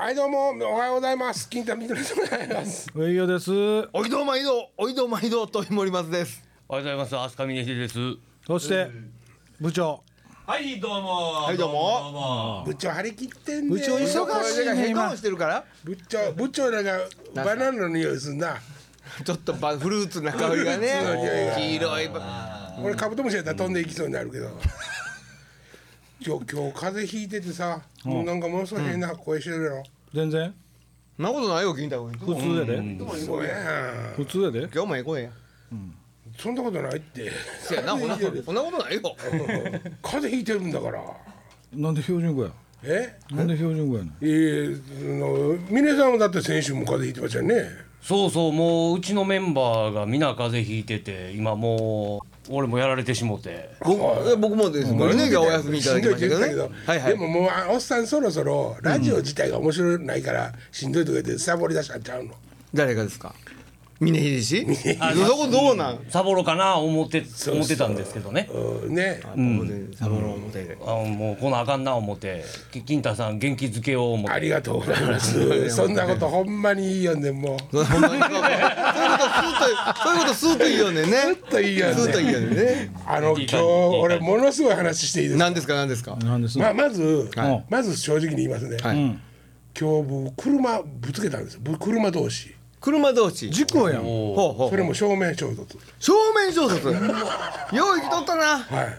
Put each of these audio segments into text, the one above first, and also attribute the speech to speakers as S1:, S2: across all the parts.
S1: はいどうもおはようございます金田みどりでございます
S2: 営業です。そ
S3: おいどうまいどう、おいどうまいどうと森松です。
S4: おはようございます。飛鳥峰秀です。
S2: して、部長。
S4: はい、どうも。はい
S3: どうも
S4: どうも。
S1: 部長張り切ってんね
S2: 部長忙しいね
S3: 変顔してるから、
S1: 部長部長らがバナナの匂いすんな
S3: ちょっとばフルーツな香りがね
S1: フルーツの匂いが、
S3: 黄色いば。
S1: 俺カブトムシやったら飛んでいきそうになるけど今日今日風邪ひいててさもうなんかものすごい変な声してるやろ
S2: 全然。
S3: そんなことないよ、聞いたこと。
S2: 普通やで。
S1: そうや
S2: 普通やで。
S3: 今日もええ声や。
S1: んそんなことないって
S3: せやな、ほな、ほなことないよ。
S1: 風邪ひいてるんだから
S2: なんで標準語や。
S1: え
S2: なんで標準語やねん。
S1: えー、あの峰さんもだって先週も風邪ひいてましたよね
S4: そうそう、もううちのメンバーが皆風邪ひいてて、今もう俺もやられてしもて。
S3: 僕、え僕もです。森の駅はお休みいただきましたけどね
S1: しんどいって言って。た
S3: はいはい。
S1: でももうあおっさんそろそろラジオ自体が面白ないからしんどいとか言ってサボり出したんちゃうの
S3: 誰がですか。峰秀氏。そこどうなん。
S4: サボろうかな思って思ってたんですけどね。
S1: うんね
S3: サボロンモテで。
S4: あもうこのあかんな思って、き金太さん元気づけよう思っ
S1: あ
S4: て。
S1: りがとうございますそんなことほんまにいいよねもう
S3: そういうこと、そういうこと、スーッと、そういうこと、スーッといいよね。ね。
S1: ちょっといいよ
S3: スーッといい
S1: ね
S3: よね。
S1: あの今日俺ものすごい話していいです
S3: 何ですか、何ですか。
S2: なんです。
S1: まあまず
S2: はい
S1: まず正直に言いますね
S3: は
S1: 今
S3: い
S1: 日僕車ぶつけたんですよぶ車同士
S3: 車同士。
S2: 事故やん。
S3: ほう
S4: お
S3: ほうほう
S1: それも正面衝突
S3: 正面衝突よう生きとったな
S1: はい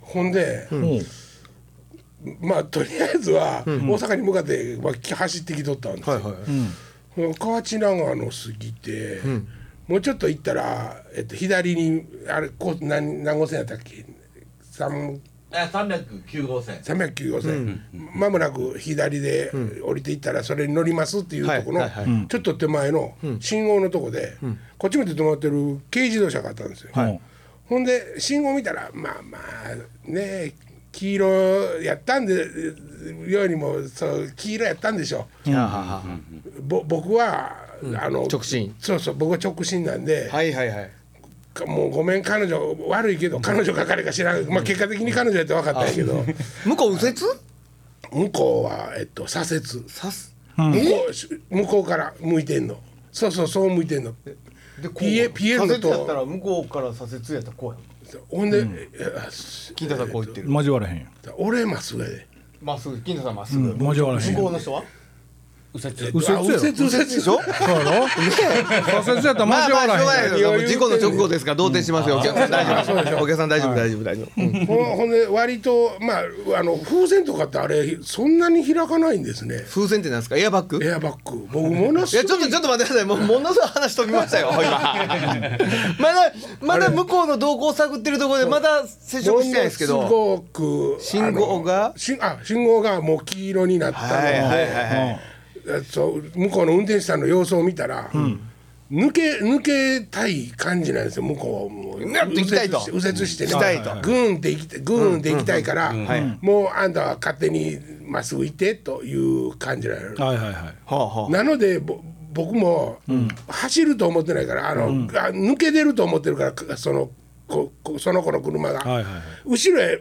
S1: ほんで
S2: うん
S1: まあとりあえずは大阪に向かってまあき走ってきとったんですよ河内長野過ぎて、もうちょっと行ったら、えっと、左にあれこう何何号線やったっけ三
S5: あ309号線
S1: 309号線、まもなく左で降りていったらそれに乗りますっていうところ
S3: はいはい
S1: のちょっと手前の信号のとこで、こっち向いて止まってる軽自動車があったんですよ、
S2: はい
S1: ほんで信号見たらまあまあね黄色やったんでようにもそう黄色やったんでしょうぼ僕は、あの
S3: 直進
S1: そうそう僕は直進なんで、
S3: はいはいはい
S1: かもうごめん彼女悪いけど彼女か彼か知らん、まあ、結果的に彼女やって分かったんやけど
S3: 向こう右折
S1: 向こうは、えっと、左折
S3: さす
S1: 向こうし向こうから向いてんのそうそうそう向いてんの
S3: でこ
S1: ピエピエロと
S3: 左折やったら向こうから左折やったらこうや
S1: ほんで、えあす
S3: 金田さんこう言ってる
S2: 交われへんよ。
S1: 俺まっすぐやで
S3: まっすぐ金田さんまっす
S2: う
S3: ぐ
S2: ん交われへん
S3: 向こう
S2: よ。
S3: の人は
S4: 右折。
S2: 右折やろ。
S1: 右折右折
S3: でし
S2: そう
S3: ょ
S2: やろ。左折やったら
S3: まあ
S2: 交わ
S3: まあしょうが
S2: ら
S3: な
S2: へんよ。
S3: いですよ事故の直後ですから動転しますよお客さん大丈夫ですお客さん大丈夫大丈夫大丈夫うん
S1: ほんほんで割とまああの風船とかってあれそんなに開かないんですね
S3: 風船ってなんですかエアバッグ
S1: エアバッグ僕もの
S3: いや
S1: す
S3: ちょ
S1: ご
S3: っ
S1: い
S3: とちょっと待ってくださいもうものすごい話しときました よ今まだまだ向こうの動向を探ってるところでまだ接触してないですけど
S1: ものすごく
S3: 信号が
S1: あのしあ信号がもう黄色になったので、
S3: はいはいはいはい
S1: えそう向こうの運転手さんの様子を見たら、抜け抜けたい感じなんですよ向こうはもう
S3: うわっと行きたいと
S1: 右折して右折してね
S3: 行きたいと
S1: グーンって行きたいグーンって行きたいから、もうあんたは勝手にまっすぐ行ってという感じなの、
S2: はいはいはい。
S3: はあは
S1: なのでぼ僕も走ると思ってないからあの、あ抜け出ると思ってるからそのここその子の車が、
S2: はいはいはい
S1: 後ろへ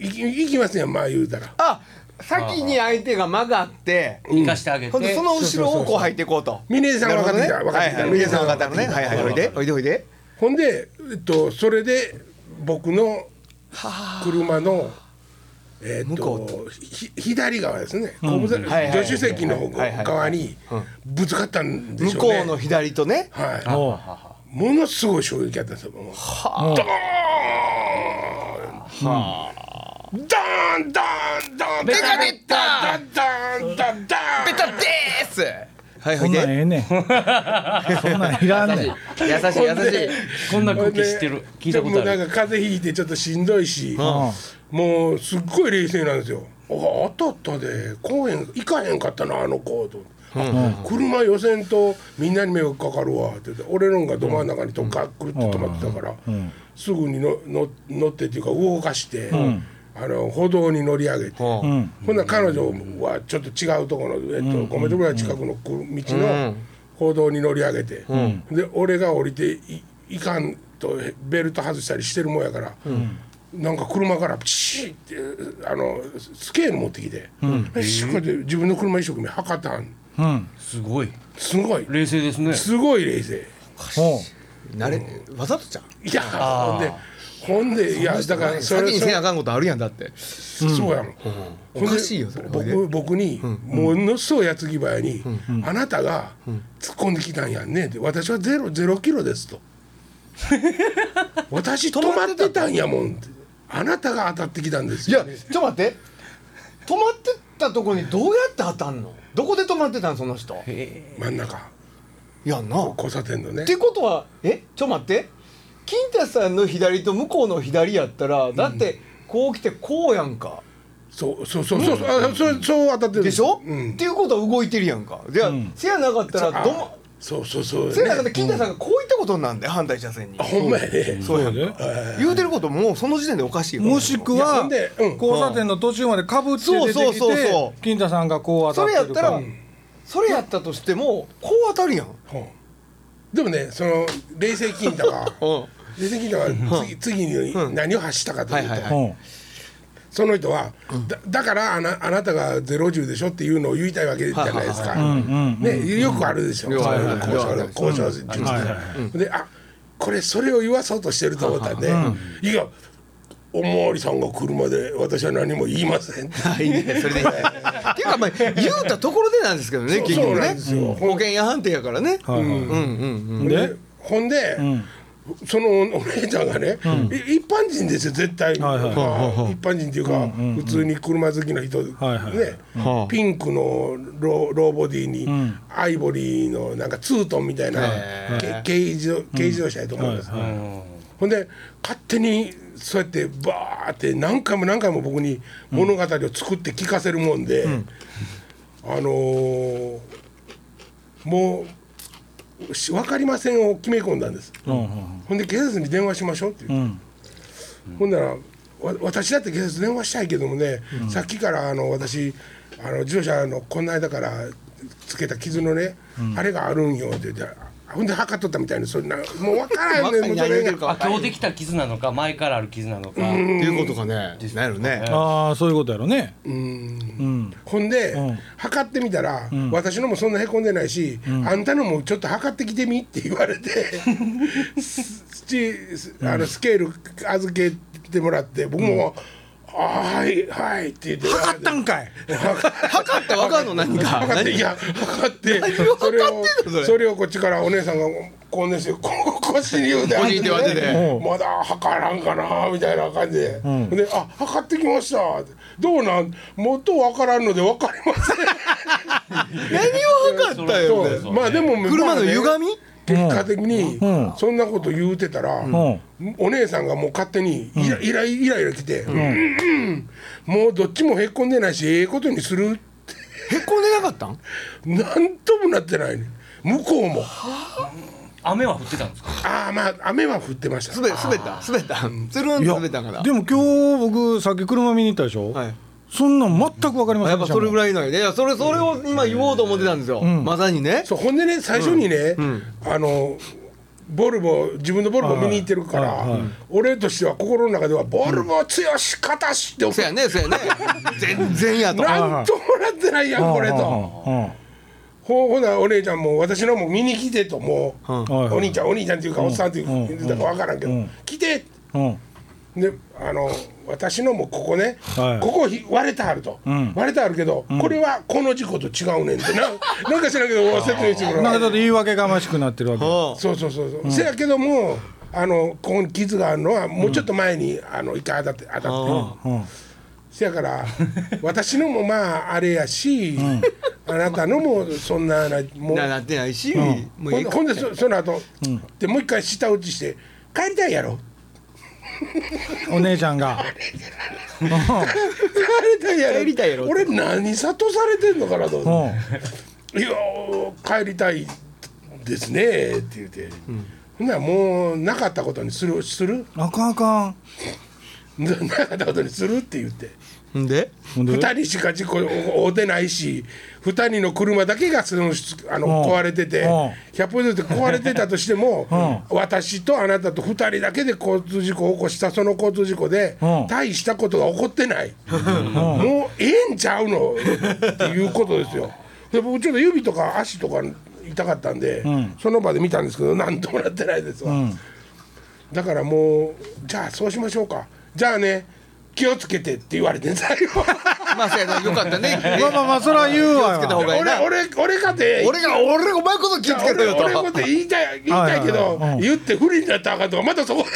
S1: 行き行きますやんまあ言うたら。
S3: あ先に相手が間があって
S4: 行かしてあげ
S3: ほんで
S4: て。
S3: その後ろをこう入っていこうと
S1: 峰井さん分かってきた
S3: なるほ
S1: 分
S3: ど
S1: かって
S3: ねはい
S1: き
S3: は
S1: た
S3: い峰井さん分かったのねはいはいおいでおいでおいで
S1: ほんで、えっと、それで僕の車の、えっ
S3: 向
S1: と
S3: こ、
S1: ひ左側ですね、後部座
S3: はいはいはい
S1: 助手席の方
S3: はいはいはい
S1: 側にぶつかったんで
S3: 向
S1: しょう
S3: こ
S1: ね。
S3: うの左とね
S1: は
S2: おう
S1: い、ものすごい衝撃だったんですよ。もうドーン、ドーン、ドーン、ドーン、ベ
S3: タベ
S1: タ、
S3: タ
S1: ドーン、ドーン、ドーン、
S3: たですはいお
S2: そ
S3: い
S2: んなんえ
S3: で
S2: えねん。そんなんいらんねん。
S3: 優しい優し
S1: ほんで
S3: い
S4: こんな空気知ってる。聞いたことあ
S1: でも
S4: る。
S1: なんか風邪ひいてちょっとしんどいし、
S2: ん
S1: もうすっごい冷静なんですよ。あ当たったで公園行かへんかったなあの子と。あ車寄せんとみんなに迷惑かかるわって言って俺のんがど真ん中にとかくるっと止まってたから、すぐにのの乗ってっていうか動かして、あの歩道に乗り上げて、
S3: うん
S1: ほんなら彼女はちょっと違うところの、えっと、5メートルぐらい近くのく道の歩道に乗り上げて、で俺が降りていいかんとベルト外したりしてるもんやから、なんか車からピシッってあのスケール持ってきて、しこうやって自分の車一生懸命測ったん
S2: うん。
S4: すごい
S1: すごい
S4: 冷静ですね
S1: すごい冷静
S2: ほ
S3: 慣れわざとじゃん
S1: いやほんでほんでいやだからそ
S3: 先
S1: れ
S3: に
S1: そ
S3: せ
S1: れ
S3: なあかんことあるやんだって
S1: そうやもん、
S3: おかしいよそれ
S1: 僕僕に、ものすごい矢継ぎ早に、あなたが突っ込んできたんやんね」って「私はゼロゼロキロです」 と「私止まってたんやもん」って「あなたが当たってきたんです
S3: いや
S1: よ、
S3: ちょ
S1: ね」
S3: っと待って止まってたとこにどうやって当たんのどこで止まってたんその人
S1: 真ん中
S3: やんなっ
S1: 交差点のね
S3: てことはえちょっと待って金太さんの左と向こうの左やったらだってこう来てこうやんか
S1: そうそうそうそう、あそれそう当たってる
S3: でしょ、
S1: うん
S3: っていうことは動いてるやんかじゃあ、せやなかったら
S1: あ
S3: どま
S1: そうそうそう、
S3: せやなかったら
S1: ね、
S3: 金太さんがこういったことになんで反対車線に
S1: あほんまやね
S3: そうやん
S2: うや
S3: か言うてることもうその時点でおかしいよね
S2: もしく
S1: いや
S2: は
S1: ほんでうん
S2: 交差点の途中までかぶって出て
S3: そう
S2: き
S3: そうそう
S2: て
S3: そ
S2: 金太さんがこう当た
S3: それ
S2: っ
S3: やって
S2: る
S3: た、
S2: からら
S3: それやったとしてもこう当たるやん、
S1: ほんでもねその冷静金太が冷静金太が次次に何を発したかというと、
S3: はいはいはい
S2: うん
S1: その人は、だだからあなあなたがゼロ十でしょっていうのを言いたいわけじゃないですか。ねよくあるでしょ。
S3: ん
S1: そういう
S3: はいはい
S1: 交渉の
S3: うん
S1: 交渉術で、あこれそれを言わそうとしてると思ったんで、いや。おまわりさんが車で私は何も言いませんって。
S3: いいねそれでいいね っていうかまあ言うたところでなんですけどね
S1: そう
S3: 結局
S1: そうなん
S3: ね
S1: ですよ
S3: 保険屋判定やからね、
S2: はいはい
S3: うんうんうん
S1: でほんで、そのお姉ちゃんがね、い一般人ですよ絶対、
S2: はいはい
S1: まあ一般人っていうか、普通に車好きな人、
S2: はいはい
S1: ね、
S3: はあ
S1: ピンクのローローボディに、アイボリーのなんかツートンみたいな、
S3: へ
S1: け軽自動軽自動車やと思うんです、
S2: はい
S1: ほんで勝手にそうやってバーって何回も何回も僕に物語を作って聞かせるもんで、あのーもうし分かりませんを決め込んだんです、
S2: うんうん
S1: ほんで警察に電話しましょうって言う、
S2: ん
S1: ほんならわ私だって警察電話したいけどもね、さっきからあの私あの自動車のこんな間からつけた傷のね、あれがあるんよって言ってほんで測っとったみたいにそんなもう分からんねんもうそれが
S4: あ今日できた傷なのか前からある傷なのか
S3: っていうことかねなるね
S2: ああそういうことやろねうん
S1: ほんで、
S2: うん
S1: 測ってみたら、私のもそんなへこんでないし、あんたのもちょっと測ってきてみって言われてすすあのスケール預けてもらって僕も「あはいはい」って言って
S2: 測ったんかい
S3: 測ってわかんの何か
S1: 測ってい
S3: 何
S1: や測って
S3: を
S1: それを
S3: 測ってんのそれ
S1: それをこっちからお姉さんがこんですよこ腰に腕
S3: 腰に手を当てて
S1: うんまだ測らんかなみたいな感じで、で「あ測ってきました」どうなんもっと分からんので分かりません」
S3: 何を測ったよね
S1: まあでも
S3: 車
S1: ま
S3: の
S1: あ
S3: 歪
S1: ね
S3: み
S1: 結果的に
S2: うん
S1: そんなこと言うてたら、
S2: ん
S1: お姉さんがもう勝手にイライライライラ来て、うんうんもうどっちもへっこんでないしええことにする
S3: へこんでなかったん
S1: なんともなってないね向こうも
S4: 雨は降ってたんですか
S1: ああまあ雨は降ってました
S3: 滑滑った滑ったつるん
S2: い
S3: と
S2: や
S3: 滑ったんから
S2: でも今日僕さっき車見に行ったでしょ
S3: はい
S2: そんなん全くわかりません
S3: や
S2: で
S3: っぱ
S2: した
S3: それぐ
S2: い
S3: らいのよねいやそれそれを今言おうと思ってたんですよまさにね
S1: そうほんでね最初にね、あのボルボ自分のボルボ見に行ってるから、
S2: はいはい
S1: 俺としては心の中では「ボルボ強し方し」って思っ
S3: そ
S1: て
S3: やねそやね全然やと
S1: なんともなってないやんこれと。ほほなお姉ちゃんも私のも見に来てともう、
S2: はい
S1: お兄ちゃんお兄ちゃんっていうか、おっさんっていうか,、分からんけど、
S2: うん
S1: 来て
S2: うんうん
S1: であの私のもここね、
S2: はい
S1: ここひ割れてはると、
S2: ん
S1: 割れてはるけど、これはこの事故と違うねんってななんか知らんけど説明しても
S2: なん
S1: ら
S2: か
S1: う
S2: ちょっと言い訳がましくなってるわけ
S3: うん
S1: そうそうそうそう、せやけどもあのここに傷があるのはもうちょっと前に、あの一回当たって当たって
S2: うん
S1: せやから私のもまああれやし、あなたのもそんななもう
S3: ななってないし、もう
S1: ほ
S3: ええ
S1: ん
S3: か
S1: ほんでそその後、でもう一回舌打ちして「帰りたいやろ
S2: お姉ちゃんが
S1: 帰りたいやろ
S3: 帰りたいやろ
S1: 俺何諭されてんのかなと
S2: う
S1: 思
S2: ん
S1: っ
S2: う
S1: て「
S2: ん
S1: いやー帰りたいですね」って言って、ほんならもうなかったことにするする
S2: あかんあかん
S1: ななかったことにするって言って
S3: んで
S2: ほんで
S1: 2人しか事故追ってないし2人の車だけがそのしあの
S2: うん
S1: 壊れてて
S2: う
S1: 100歩譲って壊れてたとして も私とあなたと2人だけで交通事故を起こしたその交通事故で
S2: うん
S1: 大したことが起こって ないもうええんちゃうのっていうことですよ。で僕ちょっと指とか足とか痛かったんで、その場で見たんですけど何ともなってないですわ。だからもうじゃあそうしましょうかじゃあね気をつけてって言われて最後
S3: まあせやなよかったね
S2: まあまあまあそれは言うわ
S3: 気をつけた方
S2: よ
S3: がいい
S1: 俺
S3: な
S1: 俺俺かて
S3: 俺が俺お前こそ気
S1: じ
S3: を
S1: ゃ
S3: つ
S1: あ
S3: けろ
S1: 俺
S3: よ
S1: 俺
S3: と
S1: こて言いたい言いたいけ
S2: はい
S1: ど
S2: はいはいうん
S1: 言って不利になったらあかんとかまたそこ で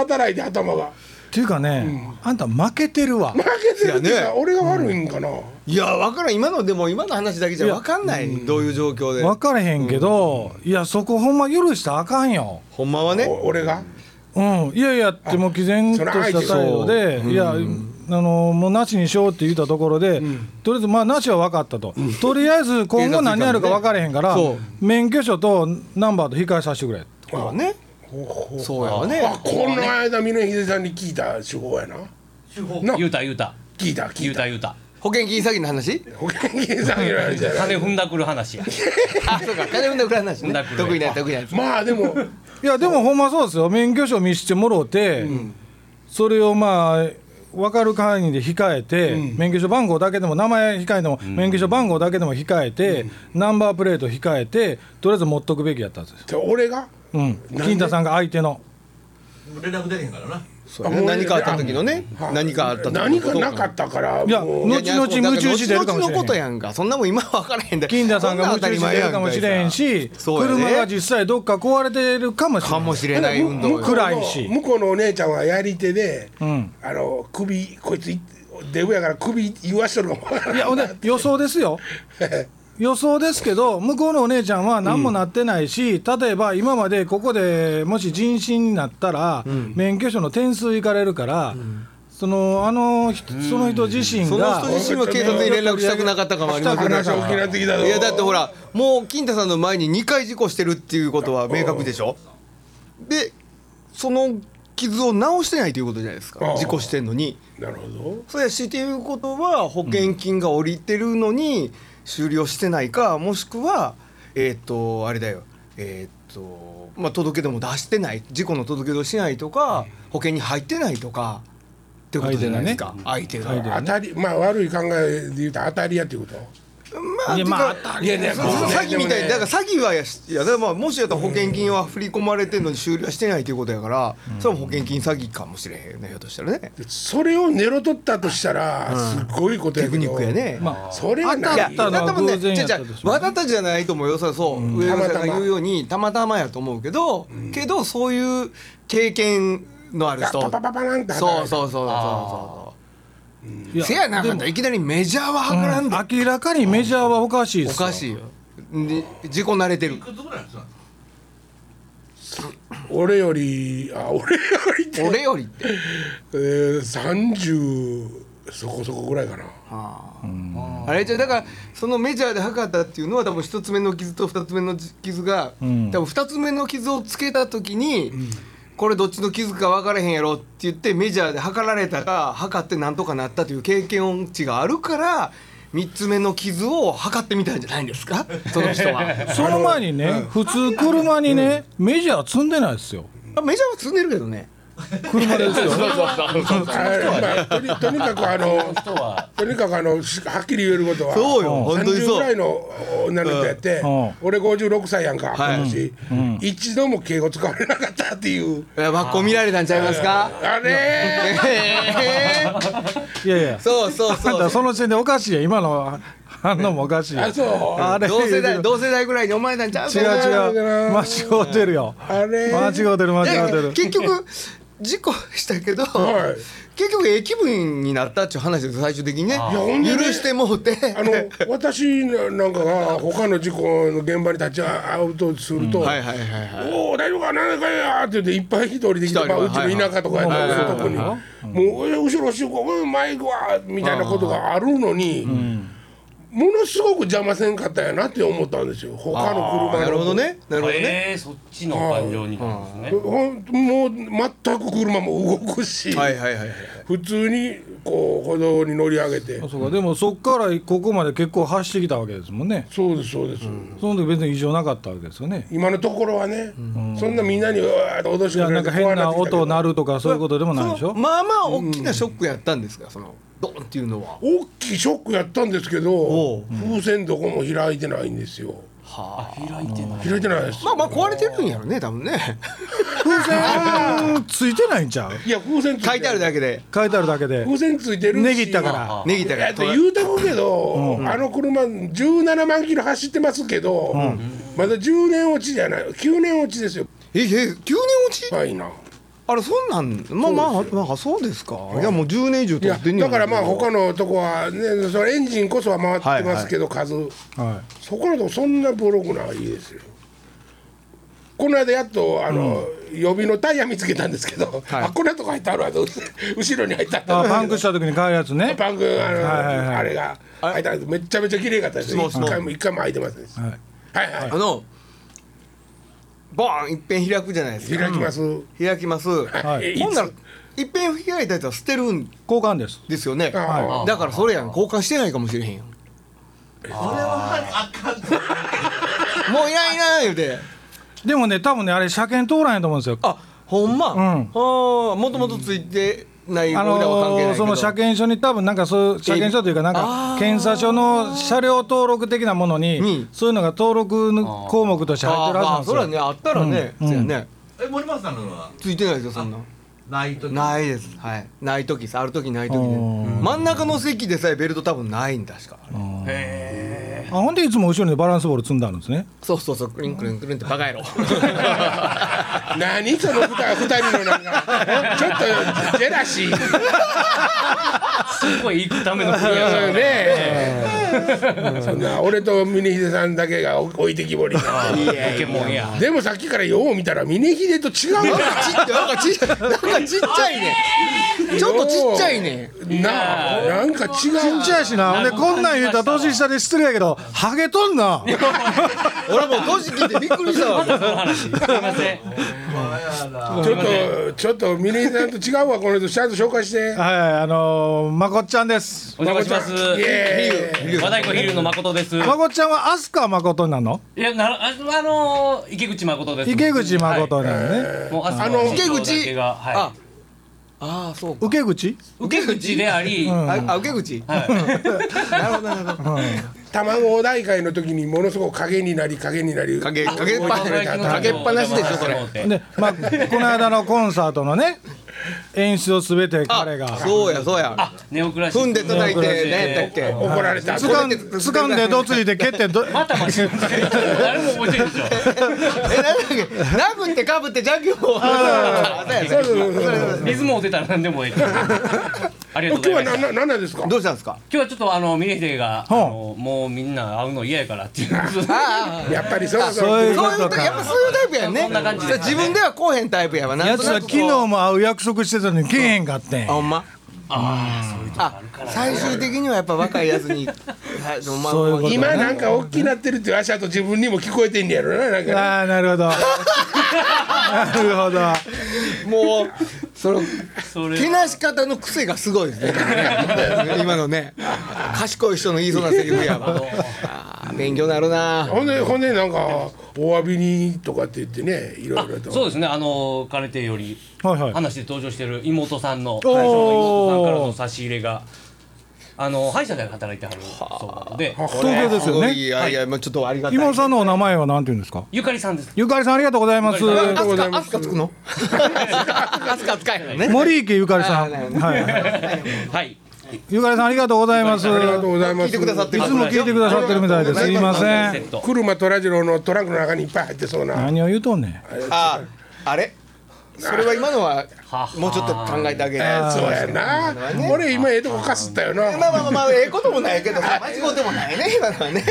S1: 働いて頭が
S2: っていうかねあんた負けてるわ
S1: 負けてるっていう
S3: いや
S1: か
S3: ね
S1: 俺が悪いんかな、
S3: いや分からん今のでも今の話だけじゃ分かんないどういう状況で
S2: 分からへんけどいやそこほんま許したらあかんよ
S3: ほんまはね
S1: お俺が
S2: うん、いやいやってもう毅然と
S1: それ相手
S2: した態度で、いや、あのもうなしにしようって言ったところで、とりあえず、まあ、なしは分かったと、とりあえず今後何やるか分からへんから、
S3: 警察官ね
S2: 免許証とナンバーと控えさせてくれ、
S3: そうねそうやわ
S1: あ
S3: ね
S1: この間峰秀さんに聞いた手法やなな
S4: 言うた言うた
S1: 聞いた聞
S4: 言
S1: いうた
S4: た言うた
S3: 保険金詐欺の話
S1: 保険金詐欺の話じゃない
S4: 金踏んだくる話や
S3: あそうか金産んだくらいの話
S4: 産んだ
S3: ね
S4: くらい
S3: 得意な得意なやつ
S1: まあでも
S2: いや、でもほんまそうですよ、免許証見してもろうて、それをまあ、分かる範囲で控えて、免許証番号だけでも、名前控えても、免許証番号だけでも控えて、ナンバープレート控えて、とりあえず持っとくべきやったんですよ、
S1: じゃあ俺が
S2: うん、
S1: で
S2: 金田さんが相手の。
S5: 連絡出てへんからな
S3: そうやね何かあった時のね何かあった時の
S1: 何
S3: こと
S1: かなかったから
S2: いや
S1: もう
S2: 後々夢中してるかもしれへん
S3: 後々のことやんかそんなもん今は分からへんだ
S2: 金田さんが夢中してるかもしれへんし、
S3: そうやね
S2: 車が実際どっか壊れてるかもしれ
S3: かもしれ
S1: な
S3: なんい
S1: か
S3: 運動
S1: む向こう
S3: よ
S1: の
S2: 暗いし
S1: 向こうのお姉ちゃんはやり手で、
S2: ん
S1: あの首こいついデブやから首言わしとるかもわからん
S2: いやほんで予想ですよ予想ですけど向こうのお姉ちゃんは何もなってないし、例えば今までここでもし人身になったら、免許証の点数いかれるから、そのあの人その人自身
S3: その
S2: が
S3: 人自身は警察に連絡したくなかったかもありません
S1: 話大きなってきたぞ
S3: いやだってほらもう金太さんの前に2回事故してるっていうことは明確でしょでその傷を治してないということじゃないです
S1: あ
S3: か
S1: あ
S3: 事故してんのに
S1: なるほど
S3: そうやしっていうことは保険金が下りてるのに終了してないかもしくはえっ、とあれだよえっ、とまあ届け出も出してない事故の届け出をしないとか保険に入ってないとかってことじゃないですか相手が,、
S2: 相手が
S1: 当たりまあ悪い考えで言うと当たり屋っていうこと
S3: まあ
S2: いや
S3: て
S2: まあ
S3: か
S1: いやいや
S3: そうそう詐欺みたいにだから詐欺はやしいやだからまあもしやったら保険金は振り込まれてるのに終了してないということやから、それも保険金詐欺かもしれへんよねひょっとしたらね
S1: それを狙取ったとしたらすごいことやけ
S3: テク
S1: ど
S3: ニックやね
S2: ま
S1: それはない
S3: いや
S2: 当
S3: だ
S2: たったの
S3: って
S2: は
S3: もね
S2: 偶
S3: じ
S2: 然
S3: ゃ
S2: や
S3: じ
S2: った
S3: ゃ
S2: でしょ
S3: わざとじゃないともよさそう、上野さんが言うようにたまたまやと思うけどけどそういう経験のある人
S1: パパパパなんて働いて
S3: そうそうそうそうそ
S2: い
S3: うそうせやなかったいきなりメジャーは測らんで、
S2: 明らかにメジャーはおかしいで
S3: お
S2: すよ
S3: かしいよで事故慣れてる
S5: いくつぐらいの人なんですか
S1: 俺よりあ俺よりって、
S3: 俺よりって
S1: えー、30そこそこぐらいかな
S3: あれじゃあだからそのメジャーで測ったっていうのは多分一つ目の傷と二つ目の傷が、
S2: ん
S3: 多分二つ目の傷をつけた時に、これどっちの傷か分からへんやろって言ってメジャーで測られたか測ってなんとかなったという経験値があるから三つ目の傷を測ってみたんじゃないんです かその人は
S2: その前にね、普通車にね、メジャー積んでないですよ
S3: あメジャーは積んでるけどね
S2: 車ですよ
S1: あまあとにとにかくあの
S4: 人は
S1: とにかくあのしはっきり言えることは
S3: そうよ本当に
S1: 30
S3: そう
S1: ぐらいの女の人やって、
S2: うんうん
S1: 俺56歳やんか、
S3: はい
S1: 今年、一度も敬語使われなかったっていう
S3: いやバッコ見られたんちゃいま すか
S1: あれ
S3: えー
S2: いやいや
S3: そうそう
S2: あん
S3: そ
S2: た
S3: う
S2: その時点でおかしいや今の反応もおかしい
S1: ー
S2: や
S1: あそう
S2: あれ
S3: 同世 代同世代ぐらいに思われたんちゃう
S2: 違う
S3: かな
S2: 違う間違うてるよ
S1: あれ
S2: 間違うてる間
S3: だ
S2: 違う
S3: か
S2: て
S3: ら
S2: る
S3: 結局事故したけど、
S1: はい
S3: 結局ええ気分になったっていう話です最終的にね
S1: いやほんでね
S3: 許してもうて
S1: あの私なんかが他の事故の現場に立ち会うとすると「
S3: はいはいはいはい
S1: おお大丈夫か何かや」って言っていっぱい人降りてきて、
S3: 人
S1: まあ、
S3: は
S1: うちの田舎とかや
S3: はいは
S1: っ
S3: い
S1: た
S3: はい
S1: 特に「もうえ後ろ集合うん前行くわ」みたいなことがあるのに。ものすごく邪魔せんかったんやなって思ったんですよ他の車の
S3: なるほどねなるほどね、
S4: えー、そっちの感情になるんですね
S1: ほんもう全く車も動くし、
S3: はいはいはいはい
S1: 普通にこう歩道に乗り上げて
S2: あそうかでもそっからここまで結構走ってきたわけですもんね
S1: そうですそうです、
S2: その時別に異常なかったわけですよね
S1: 今のところはね、そんなみんなにうわーっと脅し
S2: いや
S1: て
S2: なんか変な音鳴
S1: る
S2: るとかそういうことでもないでし
S3: そ
S2: ょ
S3: のまあまあ大きなショックやったんですがそのドンっていうのは
S1: 大きいショックやったんですけ
S3: お
S1: ど
S3: う
S1: 風船どこも開いてないんですよ
S3: はあ
S4: 開いてない
S1: 開いてないです
S3: まあまあ壊れてるんやろね多分ね
S2: 風船ついてないんちゃう
S1: いや風船ついて
S3: 書いてあるだけで
S2: 書いてあるだけで
S1: 風船ついてるし
S2: ねぎったから
S4: あ
S3: ネギた
S1: いや
S3: ら
S1: って言うてるけど、あの車17万キロ走ってますけど、まだ10年落ちじゃない9年落ちですよ
S3: ええ9年落ち
S1: はいな
S3: あれそんなんまあまあまあそうですかいやもう10年以上
S1: い
S3: 経
S1: や
S3: ってんね
S1: だ
S3: や
S1: からまあ
S3: これ
S1: 他
S3: は
S1: のとこはねそのエンジンこそは回ってますけど、数
S2: は
S1: そこのとこそんなボロくないですよこの間やっとあの、予備のタイヤ見つけたんですけど、
S3: はい
S1: あこんなとこ入ってあるわと思って 後ろに入ってあっ
S2: いあ
S1: たんだ
S2: パ
S1: け
S2: ン
S1: ど
S2: クした時に買うやつね
S1: パンクあの、
S2: はいはいはい
S1: あれが入ったんですめっちゃめちゃ綺麗かったです
S3: そう
S1: 一
S3: そう
S1: 回も一回も開いてませんでした
S2: はい
S1: はいはい
S3: あのバーンいっぺん開くじゃないですか
S1: 開きます、
S3: 開きます
S2: は
S1: え
S2: い
S1: いつ
S3: ほんならいっぺん開いたやつは捨てるん
S2: 交換です
S3: ですよね
S1: ああ
S4: い
S3: だからそれやん交換してないかもしれへんよ
S5: はあかんと
S3: もういらんいらん言うて
S2: でもね多分ねあれ車検通らへんと思うんですよ
S3: あほんま、
S2: ん
S3: あーもともとついてない、
S2: あ
S3: 俺らは関係な
S2: の
S3: いけ
S2: ー
S3: ど
S2: その車検証に多分なんかそういう車検証というかなん
S3: あ
S2: か
S3: ー
S2: 検査所の車両登録的なもの
S3: う
S2: に
S3: ん
S2: そういうのが登録の項目として入ってるはず
S3: あ
S2: な
S3: あ
S2: ん
S3: あ
S2: で
S3: それは
S2: す
S3: ね
S2: よ
S3: あったらね、
S2: うん
S3: そうやね
S5: え森松さんのは
S3: ついてないですよそんな
S5: ないとき
S3: ないですはいない時さある時ない時で
S2: うん
S3: 真ん中の席でさえベルト多分ないんだしか
S2: あほんでいつも後ろにバランスボール積んであるんですね
S3: そうそうそうクリンクリンクリンってバカ野郎
S1: 何その二人二人のなんか ちょっとジェラシーね
S4: そこへ行くためのクリアさん
S1: えそんな俺と峰秀さんだけが置いてきぼり
S4: ポケモンや
S1: でもさっきからよう見たら峰秀と違う
S3: なん
S1: な
S3: かちっなんかちっなんかちっちゃいね ちょっとちっちゃいね
S1: なあなんか違う
S2: ちっちゃいしなほんでこんなん言うたら年下で失礼やけどハゲとん な
S3: 俺もう年聞いてびっくりしたわ
S4: その話すいません
S1: ちょっとちょっと峰秀さんと違うわこの人ちゃんと紹介して
S2: はいあのーまこっちゃんです
S4: お邪魔します
S1: イエーイ
S4: 和太鼓ヒルの誠です
S2: まこっちゃんは飛鳥誠になるの
S4: いやならああのー池口誠です
S2: 池口誠
S4: はい
S2: なのね、
S4: もうあ
S1: あの
S4: の
S3: 池
S4: 池
S3: 口
S4: 口が
S3: あ
S4: は
S3: あーそうか
S2: 受け口
S4: い受け口であり
S3: ああ受け口なるほど なるほど
S1: 卵大会の時にものすごく影になり影になり
S3: かけかけっぱ
S1: これ
S3: かけっぱなしでしょこれ
S4: れ
S2: で、まあ、この間のコンサートのね演出をすべて彼が
S3: あそうやそうや
S4: ネオクラシッ
S3: 踏
S4: ク
S3: んで叩いて何やったっけ
S1: 怒られた
S2: つかん掴んでどついて蹴ってど
S4: またまし誰も覚えてるで しょ
S3: え何だっけ殴ってかぶってジャンキーをあそうやそうや
S1: そうそうそう
S4: リズムを出たら何でもいい。 ありがとう
S1: 今
S4: ご
S1: 日はい
S4: ざま
S1: なな
S4: す。
S1: 何なんですか
S3: どうしたんですか
S4: 今日はちょっとあの峰秀が、あ
S2: ほう
S4: のもうみんな会うの嫌やからっていうことで。
S3: あ
S1: やっぱりそう
S2: そう
S1: そう
S2: いう
S3: あそうい
S2: こ
S3: う
S2: と
S3: タイプやっぱ
S2: か
S3: そういうタイプやんね
S4: そんな感じです
S3: 自分ではこうへんタイプやわな
S2: や
S3: ん
S2: つ
S3: と
S2: は
S3: なく
S2: 昨日
S3: こう
S2: も会う約束してたのに来へんかってん
S3: あほんま
S4: あ
S3: あ最終的にはやっぱ若いやつに はいでもまあ
S2: そういうこと
S1: 今なんか大きくなってるっていう足と自分にも聞こえてんねやろななんかね
S2: ああなるほどなるほど
S3: もうその
S4: あ、それ
S3: けなし方の癖がすごいですね 今のね賢い人の言いそうなセリフやわあー勉強なるな
S1: ほんでほんでなんかお詫びにとかって言ってねいろいろと
S4: そうですね。あのかねてより
S2: はいはい
S4: 話で登場してる妹さんの、そ
S2: ー
S4: の妹さんからの差し入れが、あの歯医者で働いてはるそうなので、
S3: これ
S2: 東京ですよね
S3: ごいいやいやまあちょっとありがたい
S2: 妹さんのお名前はなんて言うんですか
S4: ゆかりさ んです。
S2: ゆかりさんありがとうございます
S4: ゆかりさんあ
S3: あすかあすか つくのあすかつかへんのね
S2: 森池ゆかりさ
S3: あ
S2: ん、
S3: ーなるほど
S2: はい、
S4: はい。
S2: ゆかりさんありがとうござい ますい
S1: ありがとうございます
S3: 聞いてくださって
S2: つも聞いてくださってるみたいですすいませ
S4: セ
S2: ん
S4: ット。
S1: 車とラジロのトランクの中にいっぱい入ってそうな
S2: 何を言うとんねん
S3: ああれそれは今のは
S4: はは
S3: もうちょっと考えてあげる
S1: えー
S3: ま
S1: そうやな俺今ええとこかすったよな
S3: あまあまあええこともないけどさ間違うでもないね今のはね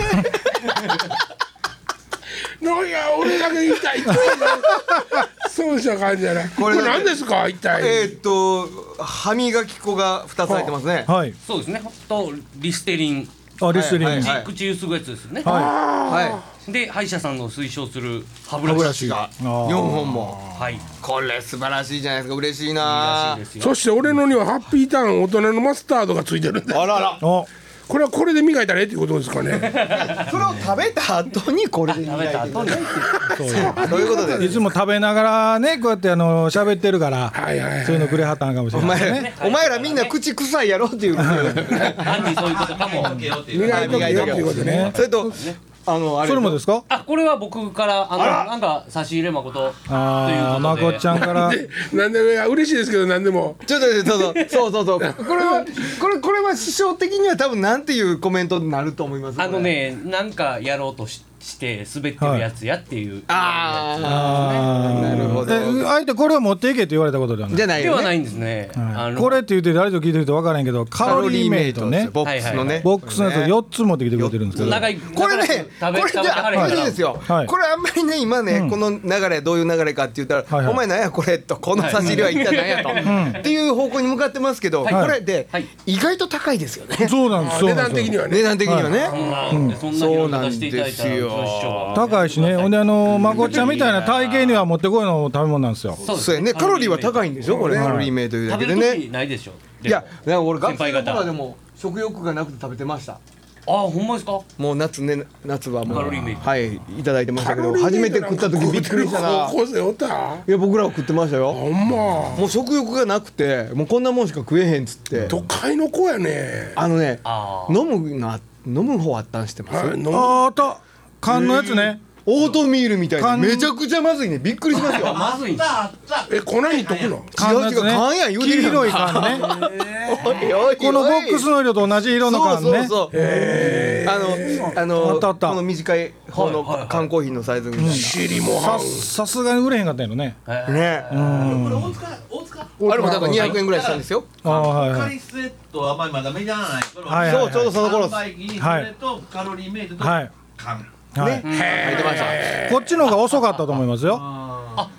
S1: なんや俺だけ痛い痛いそうした感じやなこれ何ですか一
S3: え
S1: 体
S3: ーっと歯磨き粉が2つ入ってますね
S2: はい
S4: そうですね。とリステリン。
S2: ああリスリング、
S3: はいはい
S4: 口口ゆすぐやつですよね、
S2: は
S3: はい
S4: で歯医者さんの推奨する歯ブ
S3: 歯ブ
S4: ラ
S3: ラ
S4: シ
S3: シ
S4: が
S3: が
S2: ー
S3: 4本も
S4: はい
S3: これ素晴らしいじゃないですか嬉しい
S4: ら
S3: な
S4: しいですよ
S1: そして俺のにはハッピーターン大人のマスタードがついてるんで
S3: あらら
S2: お
S1: これはこれで磨いたらええっていうことですかね
S3: それを食べた後にこれで
S4: 食べた後に
S3: そういうこと
S2: い
S3: です
S2: つも食べながらねこうやってあの喋ってるから、
S1: はいはいはい
S2: そういうのくれはったんかもし
S3: お
S2: れない
S3: 前
S2: です
S3: ら
S2: ね
S3: お前らみんな口臭いやろっていう
S4: 単にそういうことかも
S5: けよっていう
S1: 磨いとけよっていうことね
S3: それとあのあれ
S2: それもですか
S4: あこれは僕からあのなんか差し入れ誠という
S2: ああま
S4: こと
S2: こ
S4: で
S2: ちゃんから
S1: でなんでいや嬉しいですけどなんでも
S3: ちょっと待ってそうそうそうそうそうこれはこれこれは師匠的には多分なんていうコメントになると思います
S4: あのねなんかやろうとしして滑ってるやつやっていう、
S3: あ
S2: あー
S3: なるほど
S2: え相手これを持っていけって言われたことでは
S3: あ
S2: ない
S3: じゃない
S4: で
S3: よ
S4: は
S3: ね
S4: ないんですね、あ
S2: はい
S4: の
S2: これって言って誰と聞いてると分からへんけどカロリーメイトね
S3: ボックスのね
S2: ボックスのやつ
S3: ね
S2: 4つ持ってきてくれてるんですけど
S4: 長い
S3: これね、こ
S4: 長く食べ
S3: れ
S4: 食
S3: じ
S4: べて
S3: ゃ
S4: は
S3: あ、
S4: れへん
S3: こ
S4: か
S3: れ
S4: ら
S3: ですよ、
S2: はい
S3: これあんまりね、今ね、この流れ、どういう流れかって言ったら、
S2: はいはい
S3: お前なんやこれと、この差し入れは一体なんやと、っていう方向に向かってますけど、
S4: はい
S3: これで、
S4: はい
S3: 意外と高いですよね、
S2: そうなんです
S1: あ
S2: そう
S1: 値
S2: な
S1: 段
S2: んで
S1: 的
S2: す
S1: に
S2: よ
S1: はね
S3: 値段的にはね。
S4: うんそんなに出していただいた
S3: そ
S4: ら
S3: うなんですよ
S4: うちの師匠は
S2: 高いしねほんであのまこっちゃんみたいな体型にはもってこいの食べ物なんですよ
S4: そうです
S3: そうやね、カロリーは高いんでしょ、これ、
S1: そうね
S3: カロリー名というだ
S4: 食
S3: け
S4: べ
S3: で
S4: る時
S3: ね。
S4: ないでしょ
S3: いや、なんか俺、学
S4: 先輩
S3: 生の
S4: 方
S3: 頃はでも、食欲がなくて食べてました。
S4: あほんまですか
S3: もう夏ね、夏はも
S4: カロリーメイ
S3: う、
S4: ト
S3: はい、いただいてましたけ
S1: カロ
S3: ど、
S1: リーメイ
S3: 初
S1: ト
S3: めて食った時びっくりしたな。
S1: 高校生おった
S3: いや、僕らは食ってましたよ。
S1: ほんま
S3: もう食欲がなくて、もうこんなもんしか食えへんっつって。
S1: 都会の子やね
S3: あのね、
S4: あー
S3: 飲むな飲む方あったんしてま
S1: はい
S3: す。
S1: 飲む
S2: あーあと缶のやつね
S3: オートミールみたいな
S2: 缶
S3: めちゃくちゃまずいね。びっくりしますよ。
S4: まずいんです
S5: あった
S1: え粉に溶くの
S2: 缶のやつ
S3: 違う違う缶や
S2: ね
S3: 言うて
S2: 黄
S3: るやん
S2: 色い缶ね
S3: おいおいおい
S2: このボックスの色と同じ色の缶
S3: そうそう
S2: ね
S3: そう。あのあの
S2: あったあった
S3: この短い方の
S4: はいはいはい
S3: 缶コーヒーのサイズみたい
S1: 尻もは
S2: さ
S1: ん
S2: さすがに売れへんかったんやろね
S4: えー
S3: な。ね。
S5: これ大塚大塚
S3: あれもだから200円ぐらいしたんですよ。
S2: あーはい
S5: カ
S2: はい
S5: リスエットあんまりまだメジャーないこれ
S2: はい
S3: そうちょうどその頃です。
S5: 販売機にそれとカロリーメイトと
S2: はい
S5: 缶
S2: はい
S3: 入ってました。
S2: こっちの方が遅かったと思いますよ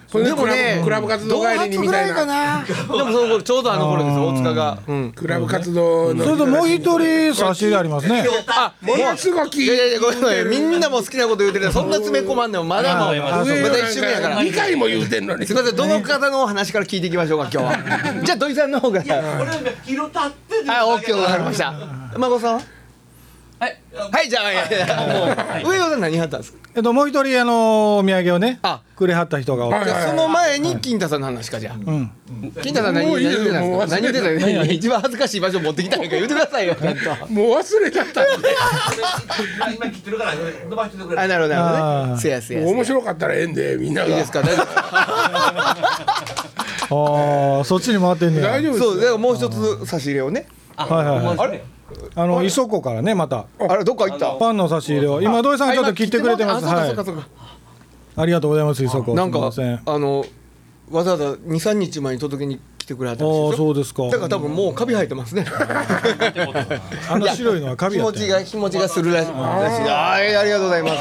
S1: それで
S3: でもね
S1: クラブクラブ活動帰りにみたいな
S3: な。でもその頃ちょうどあの頃です大塚が。うん。
S1: クラブ活動の
S2: それともう一人差し入れありますね
S3: あ
S1: ものすご
S3: い
S1: き
S3: やいやいやごめんごめんみんなも好きなこと言うてるそんな詰め込まんでもまだもう
S4: あ
S3: ま
S4: ー
S3: た一瞬やから。
S1: 2回も言うてんのに
S3: すみません、どの方のお話から聞いていきましょうか、今日は。じゃあ、土井さんの方が。
S5: いや俺は広立ってで
S3: あ、オッケー、わかりました。孫さんは。
S4: はい
S3: はい、じゃあ、いやいやもう上野さん、何やったんですか。
S2: えっともう一人あのお土産をね
S3: あ
S2: くれはった人がおって
S1: はい
S3: じゃあその前に、金太さんの話か、じゃあ。
S2: うん
S3: 金太さん、何、
S1: もう
S3: 何
S1: いい
S3: 言
S1: よ
S3: ってたん
S1: もう
S3: ですか。
S1: 忘れた
S3: 何言ってたんですか。一番恥ずかしい場所持ってきたんやから、言ってくださいよ、ちゃんと。
S1: もう忘れちゃったんで
S5: 今今切ってるから伸ばしててくれ
S3: あ、なるほど、なるほど
S2: あー
S3: ね。せやせや
S1: もう
S3: せや。
S1: 面白かったらええんでみんない
S3: い
S1: が
S3: ですか、大丈夫ですか。
S2: ああそっちに回ってんねや
S1: 大丈夫です
S3: そう、でも、もう一つ差し入れをね。
S4: あ
S2: はいはいはい
S4: ほんまですね
S2: あの磯子からねまた
S3: あれ、どっか行った。
S2: パンの差し入れを今土井さんがちょっと切ってくれてます
S3: あ
S2: は
S3: そうか、そう
S2: い
S3: か、そうか。
S2: ありがとうございます磯子
S3: なん
S2: すい
S3: か
S2: ません
S3: あのわざわざ二三日前に届けに来てくれはったんです
S2: あ
S3: よ
S2: あそうですか
S3: だから多分もうカビ生えて ますね
S2: あの白いのはカビ
S3: 気
S2: や
S3: 持
S2: った
S3: ちが気持ちがするらしいはいありがとうございます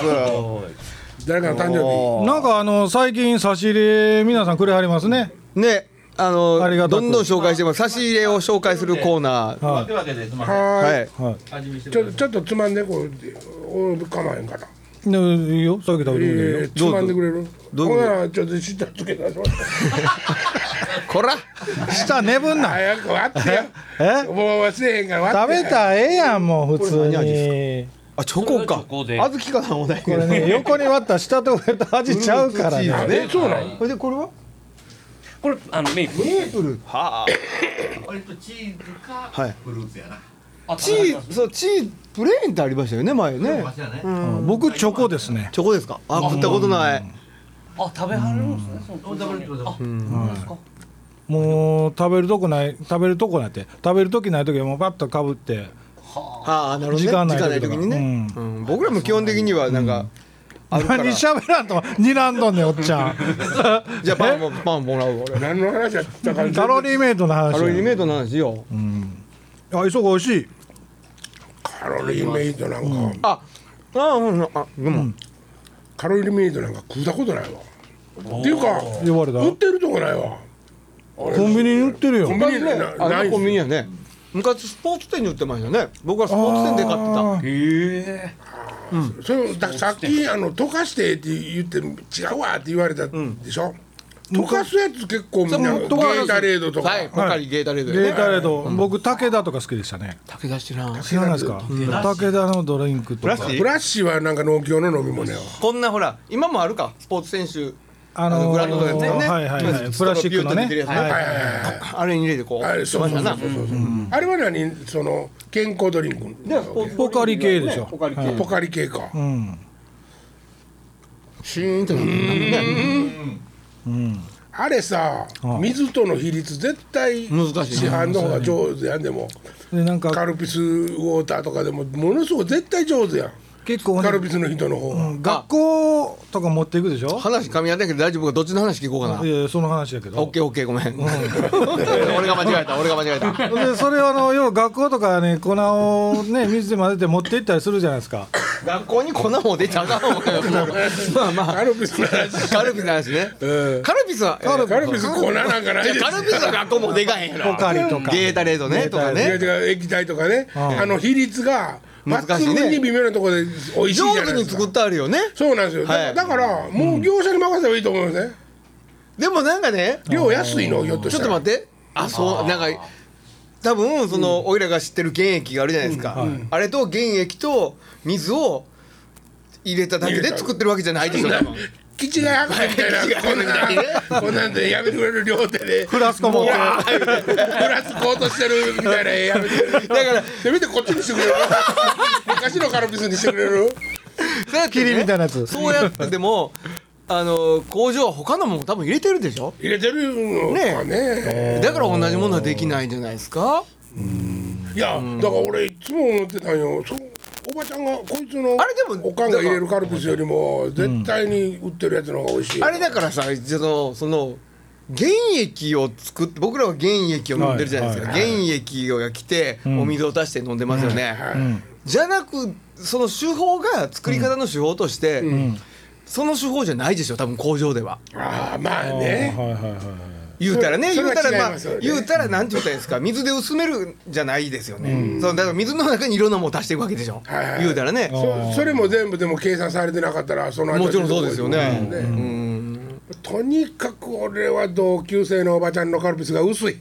S1: 誰かの誕生
S2: なんかあの最近差し入れ皆さんくれはりますね
S3: ねあ
S2: ありが
S3: の
S2: たく
S3: どんどん紹介してます差し入れを紹介するコーナー
S5: わけわけですま
S1: 日
S5: せん
S1: は
S3: は
S1: ーい
S3: い
S2: は
S5: 味見して
S1: ち
S5: く
S1: ょ
S5: ださ
S1: ちょっとつまんでこう俺構わへんから
S2: いでいいよさっき食べてく
S1: え
S2: れるよ
S1: ーつまんでくれる
S3: どう
S1: ほ
S3: いうこと
S1: ならちょっと知ったつけたしました
S3: こら
S2: 下眠んな
S1: 早く割ってよ
S2: え
S1: もう忘れへんから
S2: 食
S1: 割っ
S2: べ
S1: て
S2: たらええやんもう普通
S3: これ何味
S2: に
S3: あチョコ
S4: チ
S3: か
S4: ョコで
S3: あずきかなお題こ
S2: これね横に割ったら下と上と味ちゃうからね
S3: フルーツチーズ
S1: えそうなの
S3: これでこれは
S4: これあのメイク
S3: メープルはあ
S5: い俺とチーズか
S3: はい
S5: フルーツやな
S4: あ
S3: チーズそうチーズプレーンってありましたよね前ね
S5: わしらね
S2: うん僕チョコですね
S3: チョコですかあ食ったことない
S4: あ食べはるんですねその
S5: 食べるってことだ
S4: あそうですか
S2: もう食べるとこない食べるとこないって食べる時ない時はもうパッとかぶって
S3: ああなるほどね
S2: 時間ない
S3: 時間ない
S2: 時と
S3: 時
S2: か
S3: にね、うん僕らも基本的にはなんか、あるか
S2: 何
S3: ら
S2: し
S3: じ
S2: ゃべらんと睨んどんねんおっち ゃん
S3: ゃあパンもパンもらうわ俺
S1: 何の話やったか
S2: カロリーメイトの話
S3: カ
S2: や
S3: ロリーメイトの話よ、
S2: あ磯子美味しい
S1: カロリーメイトなんか、
S3: あああうんうんあでも、
S1: カロリーメイトなんか食ったことないわっていうか
S2: 言われた
S1: 売ってるとこないわ
S2: コンビニに売ってるよ
S1: コンビニな
S3: あ
S1: な
S3: の
S1: い
S3: コンビ
S1: んす
S3: ニやね昔スポーツ店に売ってましたね僕はスポーツ店で買ってた
S4: え
S1: それをださっきあの溶かしてって言って違うわって言われたでしょ、溶かすやつ結構みんなゲータレードとか、
S3: はいばかりゲータレード
S2: ゲー
S3: やね
S2: タレード、僕武田とか好きでしたね
S3: 武田知らん
S2: 知らないですか武田のドリンクとか
S3: ラッシー
S1: ブラッシーはなんか農協の飲み物よ
S3: こんなほら今もあるかスポーツ選手
S2: あのー
S3: グラウンドですね
S2: はいはいはいプラスチックのね
S3: ピュッとできるやつ
S2: はい
S1: はいはいはい
S3: あれに入れてこう
S1: あれそうそうそうそう
S3: しましたな
S1: そう、あれは何その健康ドリンク
S3: でスポーツ
S2: ポカリ系でしょ
S3: ねポカリ系
S1: ポカリ系か、
S2: うん
S3: シーンってなって
S1: あれさ水との比率絶対市
S3: 難しいね
S1: 販の方が上手やんでも
S2: でなん
S1: カ
S2: か
S1: ルピスウォーターとかでもものすごい絶対上手やん
S2: 結構ね
S1: カルピスの人の方が、
S2: うん学校とか持っていくでしょ
S3: 話噛み合ったけど大丈夫かどっちの話聞こうかない
S2: やいやその話やけど
S3: オッケーオッケーごめん 俺が間違えた俺が間違えた
S2: でそれをあの 要は学校とかね粉をね水で混ぜて持って行ったりするじゃないですか
S3: 学校に粉も出ちゃうかもまあまあ
S1: カルピスの話
S3: カルピスなんですね
S1: うん
S3: カルピスは カ
S1: カルピス粉なんかないですよ
S3: カルピスは学校もでかへんやろ
S2: ポカリとか
S3: ゲータレードねとか
S1: 違う
S3: ね
S1: 違う液体とかね、あの比率が
S3: 難しいね
S1: 抜群に微妙なところで美味しいじゃ
S3: 上
S1: な
S3: 手
S1: いで
S3: に
S1: す
S3: 作っ
S1: か
S3: てあるよね
S1: そうなんですよ、だ
S3: はい
S1: だからもう業者に任せればいいと思いますね
S3: でもなんかね
S1: 量安いのひょっとし
S3: ちょったと
S1: ら
S3: 待ってあそうなんか多分そのおいらが知ってる原液があるじゃないですかあれと原液と水を入れただけで作ってるわけじゃないでしょ多分
S1: キチが博士みたい なこんなこんなんでやめてくれる両手で
S2: フラスコ持って
S1: プラスこうとしてるみたいなやめてくれる
S3: だから
S1: せめてこっちにしてくれる昔のカルピスにしてくれる
S3: そうやってね
S2: 霧みたいなやつ
S3: そうやってでもあの工場は他のもん多分入れてるでしょ
S1: 入れてるのかね
S3: だから同じものはできないんじゃないですか
S1: いやだから俺いつも思ってたんよそうおばちゃんがこいつの
S3: あれでも
S1: おかんが入れるカルピスよりも絶対に売ってるやつの方が美味しいよ
S3: あれだからさそのその原液を作って僕らは原液を飲んでるじゃないですか、
S2: は
S3: 原液が来て、お水を足して飲んでますよね、
S1: はい
S3: じゃなくその手法が作り方の手法として、その手法じゃないでしょ多分工場では
S1: ああまあね
S2: はいはいはい
S3: 言うたらね
S1: それ
S3: 言うたら
S1: それは違い
S3: まあ
S1: ますよね
S3: 言うたらなんて言ったらいいですか水で薄めるじゃないですよね、そのだから水の中にいろんなものを足していくわけでしょ、
S1: はいはい
S3: 言うたらね
S1: そそれも全部でも計算されてなかったらその味は
S3: もちろんそうですよね
S1: ねとにかく俺は同級生のおばちゃんのカルピスが薄い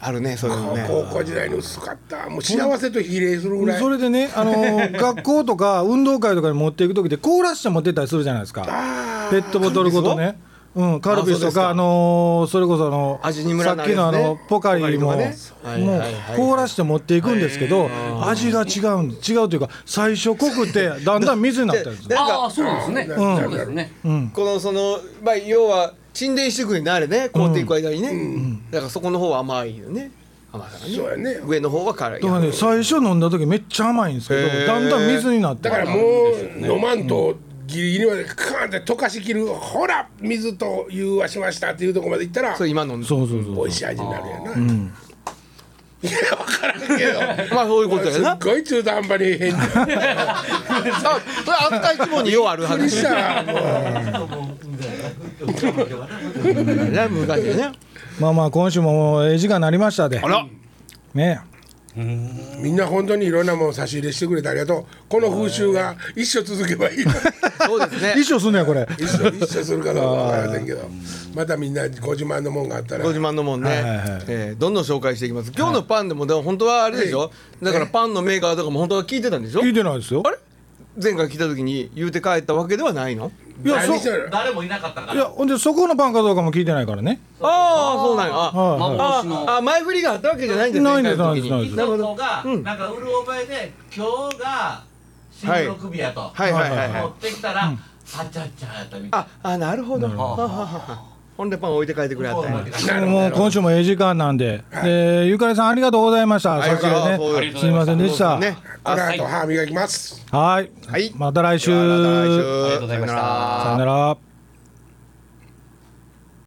S3: あるねそういうのね
S1: 高校時代に薄かったもう幸せと比例するぐらい
S2: そ
S1: あ
S2: れでね、 あのー学校とか運動会とかに持っていく時で凍らして持ってったりするじゃないですか
S1: あ
S2: ペットボトルごとねうん、カルピス
S3: あそうで
S2: と
S3: すか
S2: か、あのーそれこそあの
S3: 味にム
S2: さ
S3: ラ
S2: っ
S3: ない
S2: きのあ
S3: やつね
S2: のポカリも
S3: ポカリとかね
S2: もう
S3: はいはいはい
S2: 凍らして持っていくんですけど味が違うん違うというか最初濃く てだんだん水になったりする
S3: で
S4: ああそうですね、そうですね、
S3: このそのまあ要は沈殿していくよねあれね凍っていく間にね、だからそこの方は甘いよね甘さがね
S1: そうやね
S3: 上の方は辛い
S2: とかね最初飲んだ時めっちゃ甘いんですけ
S3: へ
S2: ど
S3: ー
S2: だんだん水になって
S1: だからもう飲まんとギリギリまでカーンって溶かしきるほら水と融和しましたっていうとこまでいったら
S3: それ今飲んで
S2: そうそうそ
S1: 美
S2: う
S1: 味しい味になるやな、いや分からんけど
S3: まあそういうことや
S1: す
S3: な
S1: っごい中途半端に変に
S3: あそれ扱い規模にようある話
S1: したらも
S3: だよね昔はね
S2: まあまあ今週ももうええ時間になりましたで
S3: あら
S2: ね
S1: うみんな本当にいろんなもの差し入れしてくれてありがとうこの風習が一生続けばいいな
S3: そうですね
S2: 一生すんねやこれ
S1: 一生一生するかどうか分かりませんけどまたみんなご自慢のもんがあったら
S3: ご自慢のもんね、
S2: はいはいはい
S3: えーどんどん紹介していきます今日のパンでもでも本当はあれでしょ、だからパンのメーカーとかも本当は聞いてたんでしょ
S2: 聞いてないですよ
S3: あれ前回来た時に言うて帰ったわけではないの
S2: いやそ
S1: 何してる
S5: 誰もいなかったか
S2: いや
S5: ら
S2: ほんでそこのパンかどうかも聞いてないからね
S3: ああそうなんやあ、
S2: はいはい
S4: 幻の
S3: ああ前振りがあったわけじゃないんですね
S2: ないんです
S3: 帰る時に
S2: ないん
S5: い
S2: で
S5: つ
S2: す
S3: なるほ
S5: も
S3: ど
S5: が
S3: うん
S5: なんか売る覚えで今日が収録日やと
S3: はいはいはいはい
S5: 持ってきたらあちゃっちゃやったみたい
S3: ああなるほど、ははははほんでパン置いて帰ってくれ
S5: な
S3: はったんや
S1: なるほど
S2: もう今週もええ時間なんで、でゆかりさんありがとうございました。
S3: はい
S2: 先ほど
S3: ありがとうござい
S2: ね、
S4: ます
S2: すみませんでした。
S3: ね
S1: この後歯磨きます
S2: はい、
S3: はい
S2: また来週。
S3: ではまた来週
S2: さ
S4: ありがとうございまし
S3: さよなら
S4: た
S2: よなら。